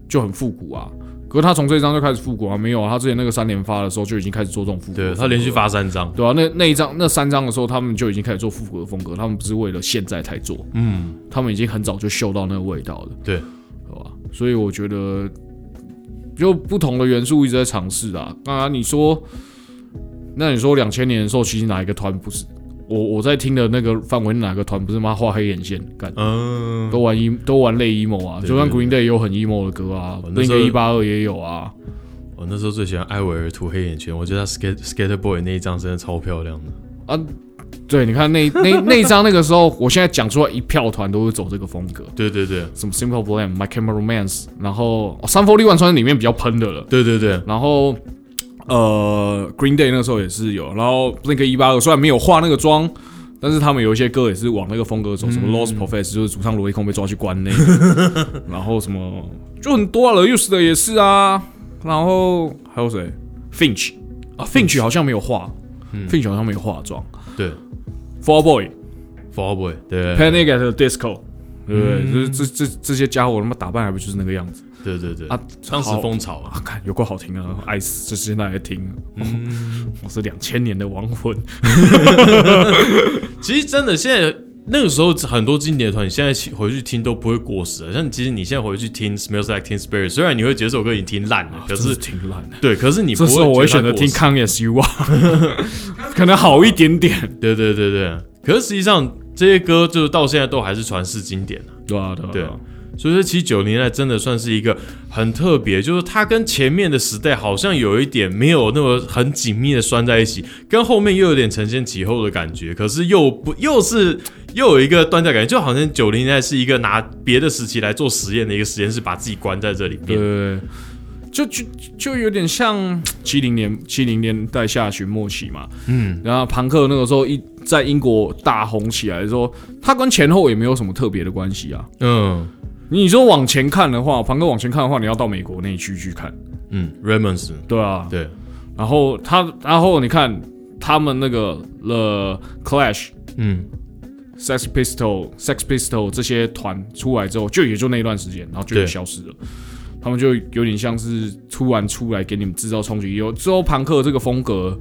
B: 就很复古啊。可是他从这一张就开始复古啊？没有啊，他之前那个三连发的时候就已经开始做这种复古的风格
A: 对
B: 了。
A: 他连续发三张，
B: 对啊，那那一张那三张的时候，他们就已经开始做复古的风格，他们不是为了现在才做，
A: 嗯。
B: 他们已经很早就嗅到那个味道了，
A: 对，
B: 好吧？所以我觉得就不同的元素一直在尝试啊。当然你说，那你说两千年的时候，其实哪一个团不是我我在听的那个范围，哪个团不是妈画黑眼线干？
A: 嗯，
B: 都玩 e 都玩类 emo 啊，
A: 对
B: 就算
A: 对哦
B: Green Day 也有很 emo 的歌啊
A: 我那时候
B: ，Blink 一八二也有啊，
A: 我那时候最喜欢艾薇儿涂黑眼圈，我觉得他 Skate Skater Boy 那一张真的超漂亮的。
B: 啊，对，你看那那那一张那个时候，我现在讲出来一票团都是走这个风格，
A: 对对对，
B: 什么 Simple Plan、My Camera Romance，然后哦三 f o r 算是里面比较喷的了，
A: 对对对，
B: 然后呃 Green Day 那时候也是有，然后 Blink 一八二虽然没有化那个妆。但是他们有一些歌也是往那个风格走，什么 Lost Profess 就是主唱罗一空被抓去关那个， 然后什么就很多了，Use 的也是啊，然后还有谁？Finch 啊，Finch 好像没有化、f i n c h 好像没有化妆，
A: 对
B: f o u r Boy、
A: f o u r Boy，对
B: Panic at the Disco，对不对？这这这这些家伙他妈打扮还不就是那个样子
A: 对对对，
B: 啊？
A: 当时
B: 好
A: 风潮啊，
B: 啊，看有够好听啊，爱死！这现在来听，
A: 嗯
B: 我是两千年的亡魂。
A: 哦其实真的现在。那个时候很多经典的团，你现在去回去听都不会过时的。像其实你现在回去听《Smells Like Teen Spirit》，虽然你会觉得这首歌已经听烂了，可
B: 啊真
A: 是
B: 挺烂的。
A: 对，可是你不
B: 这时
A: 会
B: 候我会
A: 觉
B: 选
A: 得它
B: 择听
A: 过
B: 《
A: 时
B: Come As You Are》，可能好一点点。
A: 对对对对，可是实际上这些歌就到现在都还是传世经典啊
B: 对啊，对啊
A: 对啊所以说，其实九零年代真的算是一个很特别，就是它跟前面的时代好像有一点没有那么很紧密的拴在一起，跟后面又有点承先启后的感觉，可是又不又是又有一个断掉感觉，就好像九零年代是一个拿别的时期来做实验的一个实验室，把自己关在这里面。
B: 对，就就就有点像七零年七零年代下旬末期嘛，
A: 嗯，
B: 然后庞克那个时候一在英国大红起来的时候，他跟前后也没有什么特别的关系啊。
A: 嗯
B: 你说往前看的话，庞克往前看的话，你要到美国那一区去看，
A: 嗯，Ramones，
B: 对啊。
A: 对，
B: 然后他，然后你看他们那个 The Clash、
A: 嗯
B: Sex Pistol、Sex Pistol 这些团出来之后，就也就那一段时间，然后就
A: 对
B: 也消失了。他们就有点像是突然出来给你们制造冲击。有之后朋克这个风格，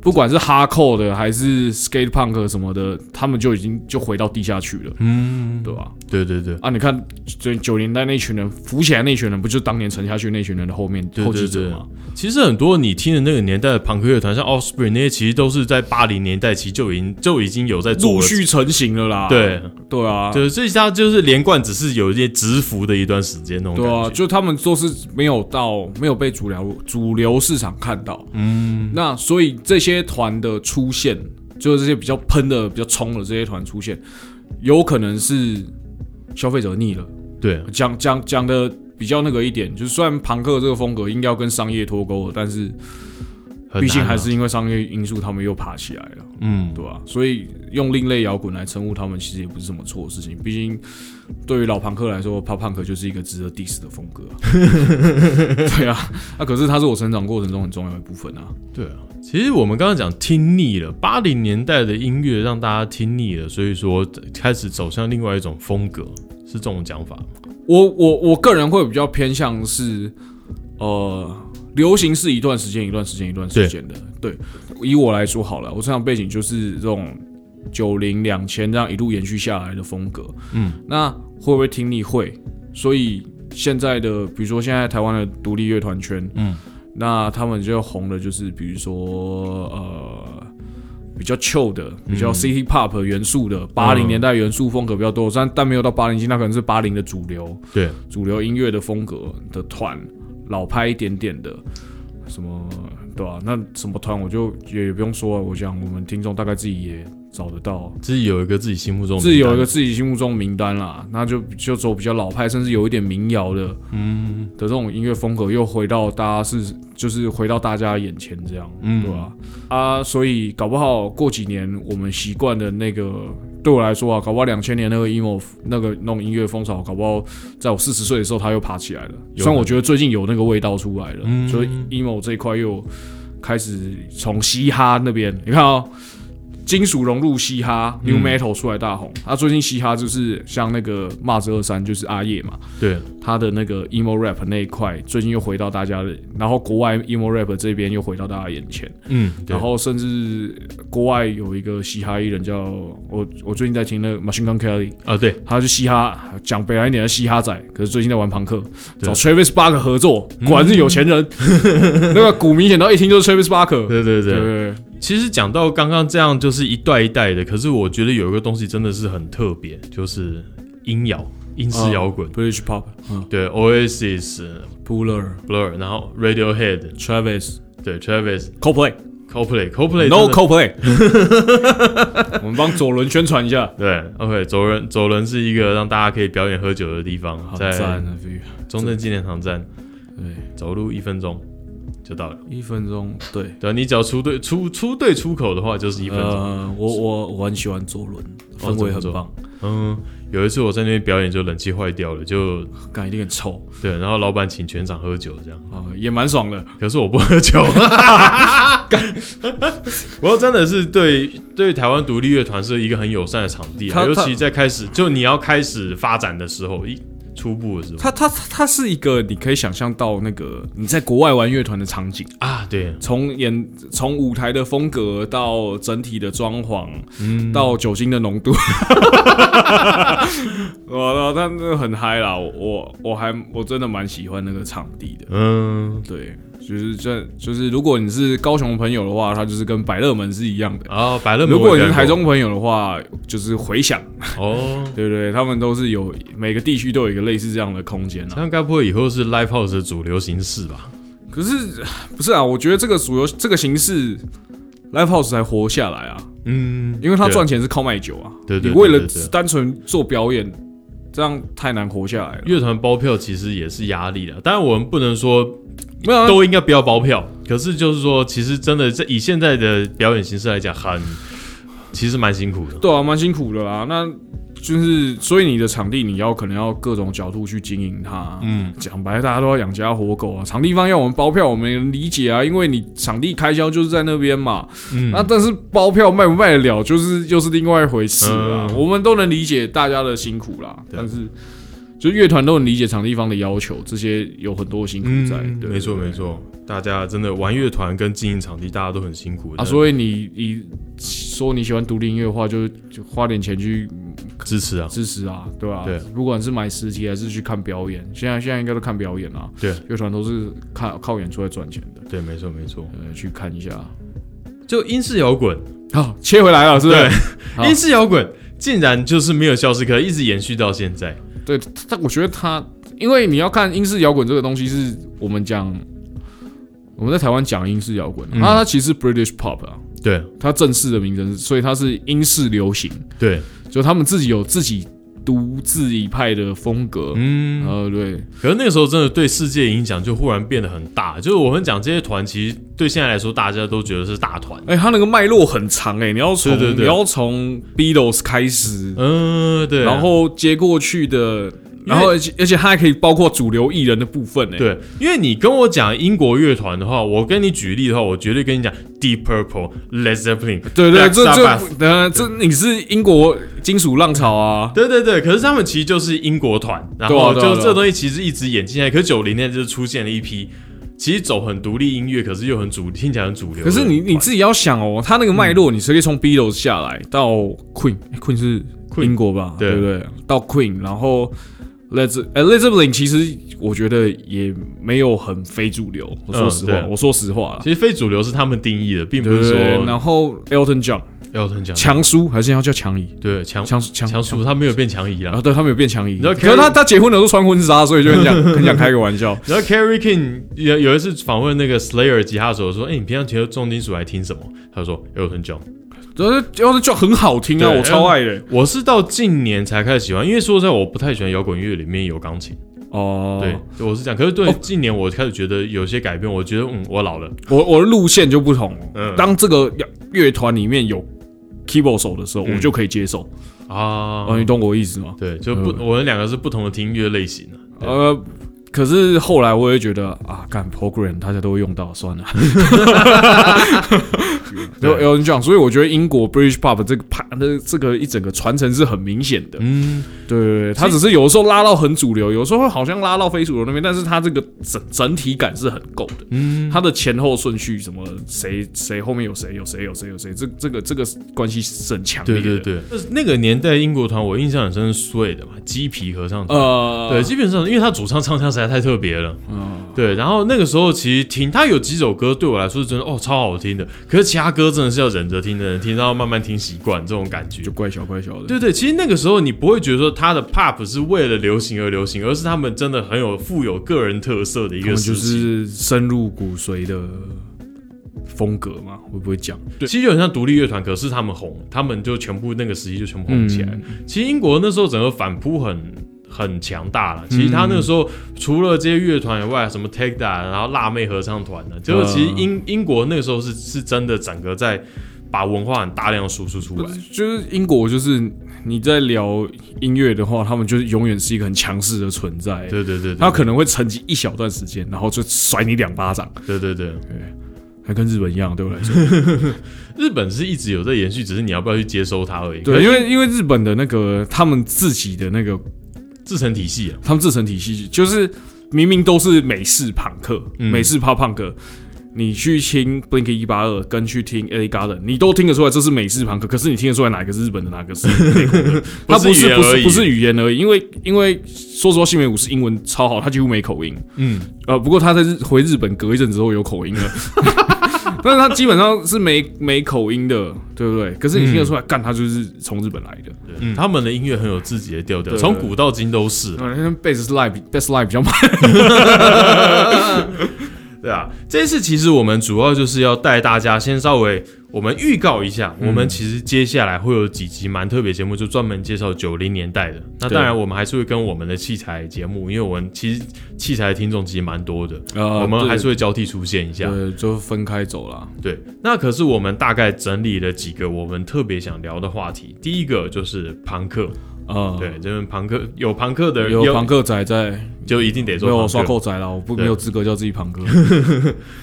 B: 不管是哈扣的还是 skate punk 什么的，他们就已经就回到地下去了，
A: 嗯，
B: 对吧、
A: 对对对。
B: 啊，你看九九零代那群人浮起来那群人，不就当年沉下去那群人的后面
A: 对
B: 后继
A: 对
B: 者
A: 对
B: 吗？
A: 其实很多你听的那个年代的朋克乐团，像 Offspring 那些，其实都是在八零年代其实就已经就已经有在做了
B: 陆续成型了啦。
A: 对
B: 对啊，
A: 对，所以它就是连贯，只是有一些直服的一段时间那种感
B: 对啊，
A: 觉。
B: 就他们都是没有到没有被主流主流市场看到，嗯，那所以这些团的出现，就是这些比较喷的、比较冲的这些团出现，有可能是消费者腻了。
A: 对
B: 讲讲讲的比较那个一点，就是虽然朋克这个风格应该要跟商业脱钩了，但是
A: 很
B: 毕竟
A: 难啊
B: 还是因为商业因素，他们又爬起来了，
A: 嗯，
B: 对吧、所以用另类摇滚来称呼他们，其实也不是什么错的事情。毕竟对于老朋克来说，pop punk 就是一个值得 diss 的风格、啊。对啊，那、可是它是我成长过程中很重要的一部分啊。
A: 对啊。其实我们刚刚讲听腻了，八零年代的音乐让大家听腻了，所以说开始走向另外一种风格，是这种讲法吗。
B: 我我我个人会比较偏向是，呃，流行是一段时间一段时间一段时间的。对，以我来说好了，我成长背景就是这种九零两千这样一路延续下来的风格。
A: 嗯，
B: 那会不会听你会？所以现在的，比如说现在台湾的独立乐团圈，
A: 嗯，
B: 那他们就红的就是比如说呃。比较 chill 的，比较 city pop 元素的，八零、
A: 嗯
B: 年代元素风格比较多，但但没有到八零，那可能是八零的主流。
A: 对，
B: 主流音乐的风格的团，老派一点点的，什么对吧、啊那什么团我就也不用说了，我想我们听众大概自己也找得到，
A: 自己有一个自己心目中的
B: 自己有一个
A: 名单
B: 自己心目中的名单啦，那就就走比较老派，甚至有一点民谣的，嗯的这种音乐风格，又回到大家是就是回到大家眼前这样，
A: 嗯
B: 对吧、啊？所以搞不好过几年我们习惯的那个，对我来说啊，搞不好两千年那个 emo 那个那种音乐风潮，搞不好在我四十岁的时候它又爬起来了。
A: 有
B: 虽然我
A: 可
B: 觉得最近有那个味道出来了，
A: 嗯
B: 所以 emo 这一块又开始从嘻哈那边，你看哦。金属融入嘻哈，New
A: 嗯
B: Metal 出来大红。那、最近嘻哈就是像那个骂子二三，就是阿叶嘛，
A: 对
B: 他的那个 emo rap 那一块，最近又回到大家的，然后国外 emo rap 这边又回到大家眼前，
A: 嗯，对
B: 然后甚至国外有一个嘻哈艺人叫我，我最近在听那个 Machine Gun Kelly，
A: 啊对
B: 他是嘻哈，讲北来一点的嘻哈仔，可是最近在玩朋克，
A: 对
B: 找 Travis Barker 合作，果然是有钱 人，那个股民显到一听就是 Travis Barker，
A: 对对
B: 对
A: 对，
B: 对对
A: 其实讲到刚刚这样，就是一代一代的。可是我觉得有一个东西真的是很特别，就是音摇、英
B: 啊
A: 式摇滚。
B: ，British Pop，嗯
A: 对，Oasis、
B: ，Puller。
A: Blur，然后 Radiohead，
B: Travis
A: 对，Travis、
B: Coldplay，No
A: Coldplay、Coldplay 真的。
B: Coldplay，我们帮左轮宣传一下。
A: 对，OK，走人走人是一个让大家可以表演喝酒的地方，
B: 好
A: 在
B: 赞啊，View！
A: 中正纪念堂站，
B: 对，
A: 走路一分钟就到了。
B: 一分钟，对，
A: 对，啊你只要出队出出队出口的话，就是一分钟。
B: 呃，我我我很喜欢左轮，
A: 哦
B: 氛围
A: 左
B: 很
A: 轮
B: 棒，
A: 嗯，有一次我在那边表演，就冷气坏掉了，就
B: 感一定很臭哦
A: 对，然后老板请全场喝酒这样。
B: 啊、也蛮爽的。
A: 可是我不喝酒，我真的是对对台湾独立乐团是一个很友善的场地啊，
B: 它
A: 尤
B: 它
A: 其在开始就你要开始发展的时候，一初步的时候
B: 它它它是一个你可以想象到那个你在国外玩乐团的场景，
A: 啊，对，
B: 从演从舞台的风格到整体的装潢，
A: 嗯
B: 到酒精的浓度， 我但是很嗨啦，我我我还我真的蛮喜欢那个场地的。
A: 嗯
B: 对，就是这就是如果你是高雄朋友的话，它就是跟百乐门是一样的。
A: 啊，百乐门
B: 如果
A: 我也
B: 你是
A: 干
B: 台
A: 过
B: 中朋友的话，就是回响，
A: 哦，
B: 对对对，他们都是有每个地区都有一个类似这样的空间啊。
A: 那该不会以后是 live house 的主流形式吧？
B: 可是不是啊？我觉得这个主流这个形式，Live House 才活下来啊，
A: 嗯，
B: 因为他
A: 对
B: 赚钱是靠卖酒啊。
A: 对对对
B: 你为了
A: 对对对
B: 单纯做表演，这样太难活下来了。
A: 乐团包票其实也是压力的，当然我们不能说
B: 没有、啊，
A: 都应该不要包票，可是就是说，其实真的在以现在的表演形式来讲，很其实蛮辛苦的。
B: 对啊，蛮辛苦的啦。那就是，所以你的场地你要可能要各种角度去经营它。嗯，讲白，大家都要养家活口啊。场地方要我们包票，我们也能理解啊，因为你场地开销就是在那边嘛。
A: 嗯
B: 那但是包票卖不卖得了，就是又是另外一回事啦。
A: 嗯
B: 我们都能理解大家的辛苦啦，但是。就乐团都能理解场地方的要求，这些有很多辛苦在。对
A: 嗯没错没。错，大家真的玩乐团跟经营场地，大家都很辛苦
B: 对啊，
A: 真的
B: 所以你你说你喜欢独立音乐的话，就就花点钱去
A: 支持啊，
B: 支持啊，对吧、
A: 对
B: 不管是买实体还是去看表演，现在现在应该都看表演啦、啊。
A: 对，
B: 乐团都是靠靠演出来赚钱的，
A: 对，没错没错。
B: 呃，去看一下。
A: 就英式摇滚，
B: 好、切回来了，是不
A: 对
B: 是？，好
A: 英式摇滚竟然就是没有消失，可一直延续到现在。
B: 对，但我觉得他，因为你要看英式摇滚这个东西，是我们讲我们在台湾讲英式摇滚，那、
A: 嗯
B: 它其实是 British Pop 啊，
A: 对
B: 它正式的名称是，所以它是英式流行，
A: 对，
B: 就他们自己有自己独自一派的风格。
A: 嗯，
B: 呃，对，
A: 可是那个时候真的对世界影响就忽然变得很大，就是我们讲这些团，其实对现在来说大家都觉得是大团。
B: 哎、它那个脉络很长哎、你要从
A: 对对对
B: 你要从 Beatles 开始，
A: 嗯，对。
B: 然后接过去的，然后而且而且它还可以包括主流艺人的部分哎、，
A: 对，因为你跟我讲英国乐团的话，我跟你举例的话，我绝对跟你讲 Deep Purple、Led Zeppelin。
B: 对对，
A: Black
B: 这
A: Sabbath
B: 这呃这你是英国金属浪潮啊，
A: 对对对，可是他们其实就是英国团，然
B: 对啊
A: 后
B: 对啊
A: 就
B: 对啊
A: 这东西其实一直演进来。可是九零年就是出现了一批，其实走很独立音乐，可是又很主，听起来很主流的
B: 可
A: 团。
B: 是你你自己要想哦，它那个脉
A: 嗯
B: 络，你是可以从 Beatles 下来到 Queen，Queen、Queen 是
A: Queen，
B: 英国吧，
A: 对
B: 对不对？到 Queen，然后 Led Ze- 呃 Led Zeppelin，其实我觉得也没有很非主流。我说
A: 嗯
B: 实话，
A: 对
B: 我说实话啦，
A: 其实非主流是他们定义的，并不
B: 对
A: 是
B: 对对。
A: 说
B: 然后 Elton John
A: 要很讲
B: 强叔还是要叫强姨，
A: 对强
B: 强强
A: 强叔，他没有变强姨
B: 然
A: 啊
B: 后。对他们有变强姨，
A: 知道
B: 可是
A: Carrie-
B: 他他结婚的时候穿婚纱，所以就 很想很想开个玩笑。
A: 然后 Carrie King 有有一次访问那个 Slayer 吉他手说：“哎、你平常听重金属还听什么？”他说：“Elton John。”
B: 然后 Elton John 很好听啊，
A: 对
B: 我超爱的。
A: 我是到近年才开始喜欢，因为说实在，我不太喜欢摇滚乐里面有钢琴。
B: 哦，
A: 对，我是这样。可是对、
B: 哦
A: 近年，我开始觉得有些改变，我觉得嗯，我老了。
B: 我我的路线就不同了。
A: 嗯
B: 当这个乐乐团里面有 keyboard 手的时候，
A: 嗯
B: 我就可以接受。
A: 啊，
B: 哦，你懂我意思吗？
A: 对，就不，
B: 嗯
A: 我们两个是不同的听音乐类型啊的、对
B: 呃，可是后来我也觉得啊，干 program 大家都会用到，算了。
A: 对
B: 有有人讲，所以我觉得英国 British Pop 这个派，那这个一整个传承是很明显的。
A: 嗯，
B: 对对对，它
A: 其
B: 只是有的时候拉到很主流，有的时候会好像拉到非主流那边，但是它这个整整体感是很够的。
A: 嗯，
B: 它的前后顺序什么谁谁后面有谁有谁有谁有谁，这这个这个关系是很强烈
A: 对
B: 的。
A: 对对。就是那个年代英国团，我印象很深是 Sway 的嘛，鸡皮合唱团。
B: 呃，
A: 对，基本上因为他主唱唱腔实在太特别了，对。然后那个时候其实听他有几首歌对我来说是真的哦超好听的，可是其他歌真的是要忍着听的，听到慢慢听习惯这种感觉
B: 就。怪小怪小的。
A: 对对，其实那个时候你不会觉得说他的 pop 是为了流行而流行，而是他们真的很有富有个人特色的一
B: 他
A: 个
B: 们就
A: 时期。
B: 是深入骨髓的风格嘛，会不会讲？
A: 对，其实有点像独立乐团，可是他们红，他们就全部那个时期就全部红起来。
B: 嗯
A: 其实英国那时候整个反扑很很强大了。其实他那个时候除了这些乐团以外，什么 Take That，然后辣妹合唱团呢，就是其实
B: 嗯
A: 英、英国那个时候是是真的整个在把文化很大量地输出出来。
B: 就是英国，就是你在聊音乐的话，他们就是永远是一个很强势的存在。
A: 对对对，对
B: 他可能会沉寂一小段时间，然后就甩你两巴掌。
A: 对对对，
B: 还跟日本一样，对我 来说，
A: 日本是一直有在延续，只是你要不要去接收它而已。可
B: 对，
A: 是
B: 因为因为日本的那个他们自己的那个
A: 制成体系啊，
B: 他们自成体系，就是明明都是美式朋克、
A: 嗯
B: 美式 pop punk，你去听 Blink 一八二跟去听 A Garden，你都听得出来这是美式朋克，可是你听得出来哪一个是日本的，哪 个是美国的？它
A: 不是
B: 不
A: 语
B: 是
A: 言
B: 不
A: 而
B: 是
A: 已
B: 不是语言而已，因为因为说实话，新美武士英文超好，他几乎没口音。
A: 嗯，
B: 呃，不过他在日回日本隔一阵子后有口音了。 但是他基本上是没没口音的，对不对？可是你听得出来，干、他就是从日本来的。
A: 嗯他们的音乐很有自己的调调，
B: 对
A: 从古到今都是啊。
B: 嗯，那贝斯 live 贝斯 live 比较慢。
A: 对啊，这一次其实我们主要就是要带大家先稍微我们预告一下，
B: 嗯
A: 我们其实接下来会有几集蛮特别节目，就专门介绍九零年代的。那
B: 对
A: 当然，我们还是会跟我们的器材节目，因为我们其实器材的听众其实蛮多的，
B: 呃
A: 我们还
B: 对
A: 是会交替出现一下。
B: 呃，就分开走了。
A: 对，那可是我们大概整理了几个我们特别想聊的话题。第一个就是朋克，
B: 啊、
A: 对，就是朋克有朋克的人
B: 有
A: 有
B: 朋克仔在，
A: 就一定得
B: 没有
A: 做
B: 我刷
A: 朋克。
B: 扣仔了，我不
A: 对
B: 没有资格叫自 己朋克。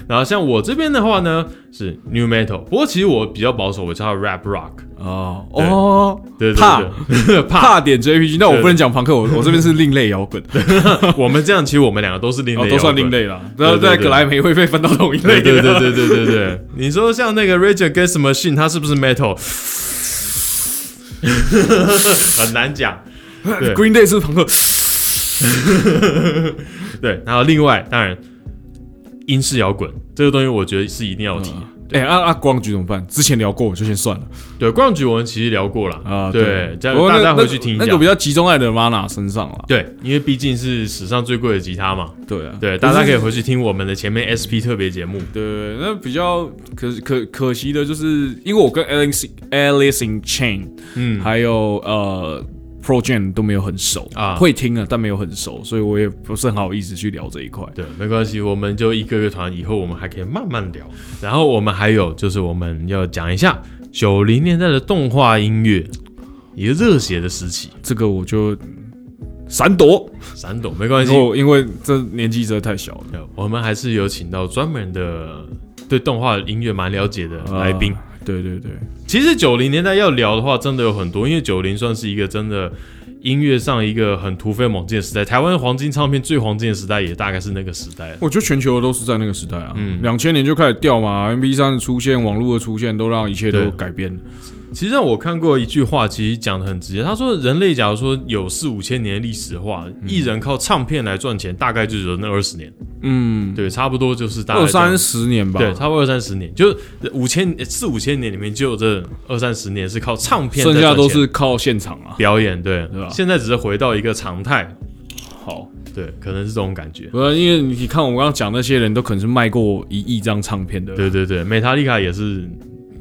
A: 然后像我这边的话呢，是 new metal，不过其实我比较保守，我叫它 rap rock。
B: 哦哦，
A: 对
B: 怕
A: 对对， 怕
B: 怕点 JPG，那我不能讲朋克，我我这边是另 类摇滚，
A: 我们这样，其实我们两个都是另
B: 哦
A: 类，
B: 都算另。类啦。然后
A: 对对
B: 在
A: 对
B: 格莱美会被分到同一
A: 对
B: 类。
A: 对对对对对对， 你说像那个 Rage Against the Machine，它是不是 metal？很难讲。对
B: Green Day 是朋克，
A: 对，然后另外当然英式摇滚这个东西，我觉得是一定要提。
B: 哎，啊啊，光局怎么办？之前聊过，我就先算了
A: 对，光局我们其实聊过了
B: 啊。
A: 对，这样
B: 不过那
A: 大家
B: 那
A: 回去听一下
B: 那。个比较集中在的 Mana 身上了。
A: 对，因为毕竟是史上最贵的吉他嘛。
B: 对啊，
A: 对，大家可以回去听我们的前面 SP 特别节目。
B: 对，那比较可可可惜的就是，因为我跟 Alice Alice in Chain，
A: 嗯
B: 嗯，还有呃 Pro Jam 都没有很熟
A: 啊
B: 会听啊，但没有很熟，所以我也不是很好意思去聊这一块。
A: 对，没关系，我们就一个乐团，以后我们还可以慢慢聊。然后我们还有就是我们要讲一下九零年代的动画音乐，一个热血的时期。
B: 这个我就嗯闪躲，
A: 闪抖没关
B: 然
A: 系，
B: 后因为这年纪真的太小了。
A: 呃我们还是有请到专门的对动画音乐蛮了解的来宾。
B: 啊对对对，
A: 其实九零年代要聊的话，真的有很多，因为九零算是一个真的音乐上一个很突飞猛进的时代。台湾黄金唱片最黄金的时代也大概是那个时代了。
B: 我觉得全球都是在那个时代啊，
A: 嗯
B: 两千年就开始掉嘛，M P 三的出现，网络的出现，都让一切
A: 对
B: 都改变了。
A: 其实让我看过一句话，其实讲的很直接。他说，人类假如说有四五千年的历史的话，艺人靠唱片来赚钱，大概就只有那二十年。
B: 嗯，
A: 对，差不多就是大概
B: 二三
A: 十，
B: 十年吧，
A: 对，差不多二三十年，就是五千四五千年里面就有这二三十年是靠唱片在
B: 剩
A: 赚钱，
B: 下都是靠现场啊。
A: 表演，对，
B: 对吧
A: 现在只是回到一个常态，
B: 好。
A: 对，可能是这种感觉。
B: 不是，因为你看我刚刚讲那些人都可能是卖过一亿张唱片的，
A: 对对对，美塔利卡也是，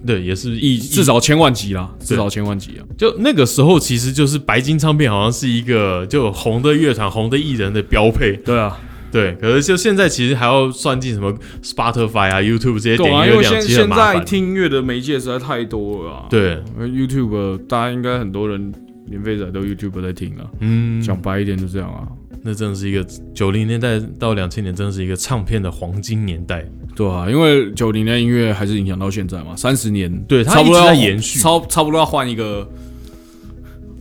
A: 对，也是
B: 亿哎至少千万级啦，至
A: 对
B: 少千万级啊。
A: 就那个时候，其实就是白金唱片好像是一个就红的乐团、红的艺人的标配。
B: 对啊，
A: 对，可是就现在其实还要算进什么 Spotify 啊、YouTube 这些
B: 懂
A: 点
B: 啊，
A: 阅
B: 因为
A: 量，
B: 现
A: 其实很
B: 现
A: 麻
B: 在
A: 烦。
B: 听音乐的媒介实在太多了啊。
A: 对，
B: 呃，YouTube 大家应该很多人免费仔都 YouTube 在听啊。
A: 嗯，
B: 讲白一点就这样啊，
A: 那真的是一个九零年代到两千年，真的是一个唱片的黄金年代。
B: 对啊，因为九零年音乐还是影响到现在嘛，三十年，
A: 对它
B: 差不多
A: 一直
B: 要
A: 在延续
B: 差差不多要换一个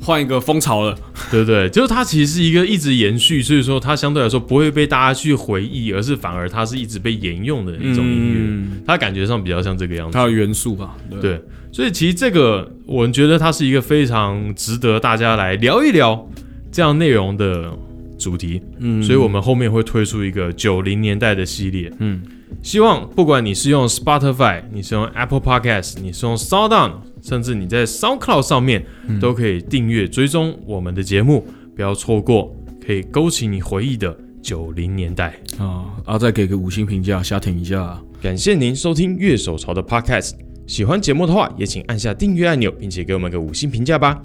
B: 换一个风潮了。
A: 对不对，就是它其实是一个一直延续，所以说它相对来说不会被大家去回忆，而是反而它是一直被沿用的一种音乐，
B: 嗯，
A: 它感觉上比较像这个样子
B: 它。的元素吧，对
A: 对，所以其实这个我觉得它是一个非常值得大家来聊一聊这样内容的主题。
B: 嗯
A: 所以我们后面会推出一个九零年代的系列。
B: 嗯，
A: 希望不管你是用 Spotify，你是用 Apple Podcast，你是用 Sound On，甚至你在 SoundCloud 上面、
B: 嗯
A: 都可以订阅追踪我们的节目，不要错过可以勾起你回忆的九零年代。
B: 啊啊，再给个五星评价，瞎挺一下啊、
A: 感谢您收听乐手潮的 Podcast。喜欢节目的话，也请按下订阅按钮，并且给我们个五星评价吧。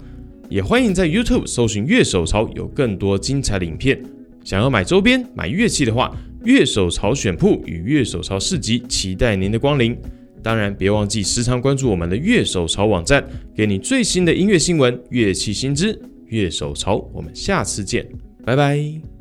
A: 也欢迎在 YouTube 搜寻“乐手潮”，有更多精彩的影片。想要买周边、买乐器的话，乐手潮选铺与乐手潮市集期待您的光临。当然，别忘记时常关注我们的乐手潮网站，给你最新的音乐新闻、乐器新知。乐手潮，我们下次见，拜拜。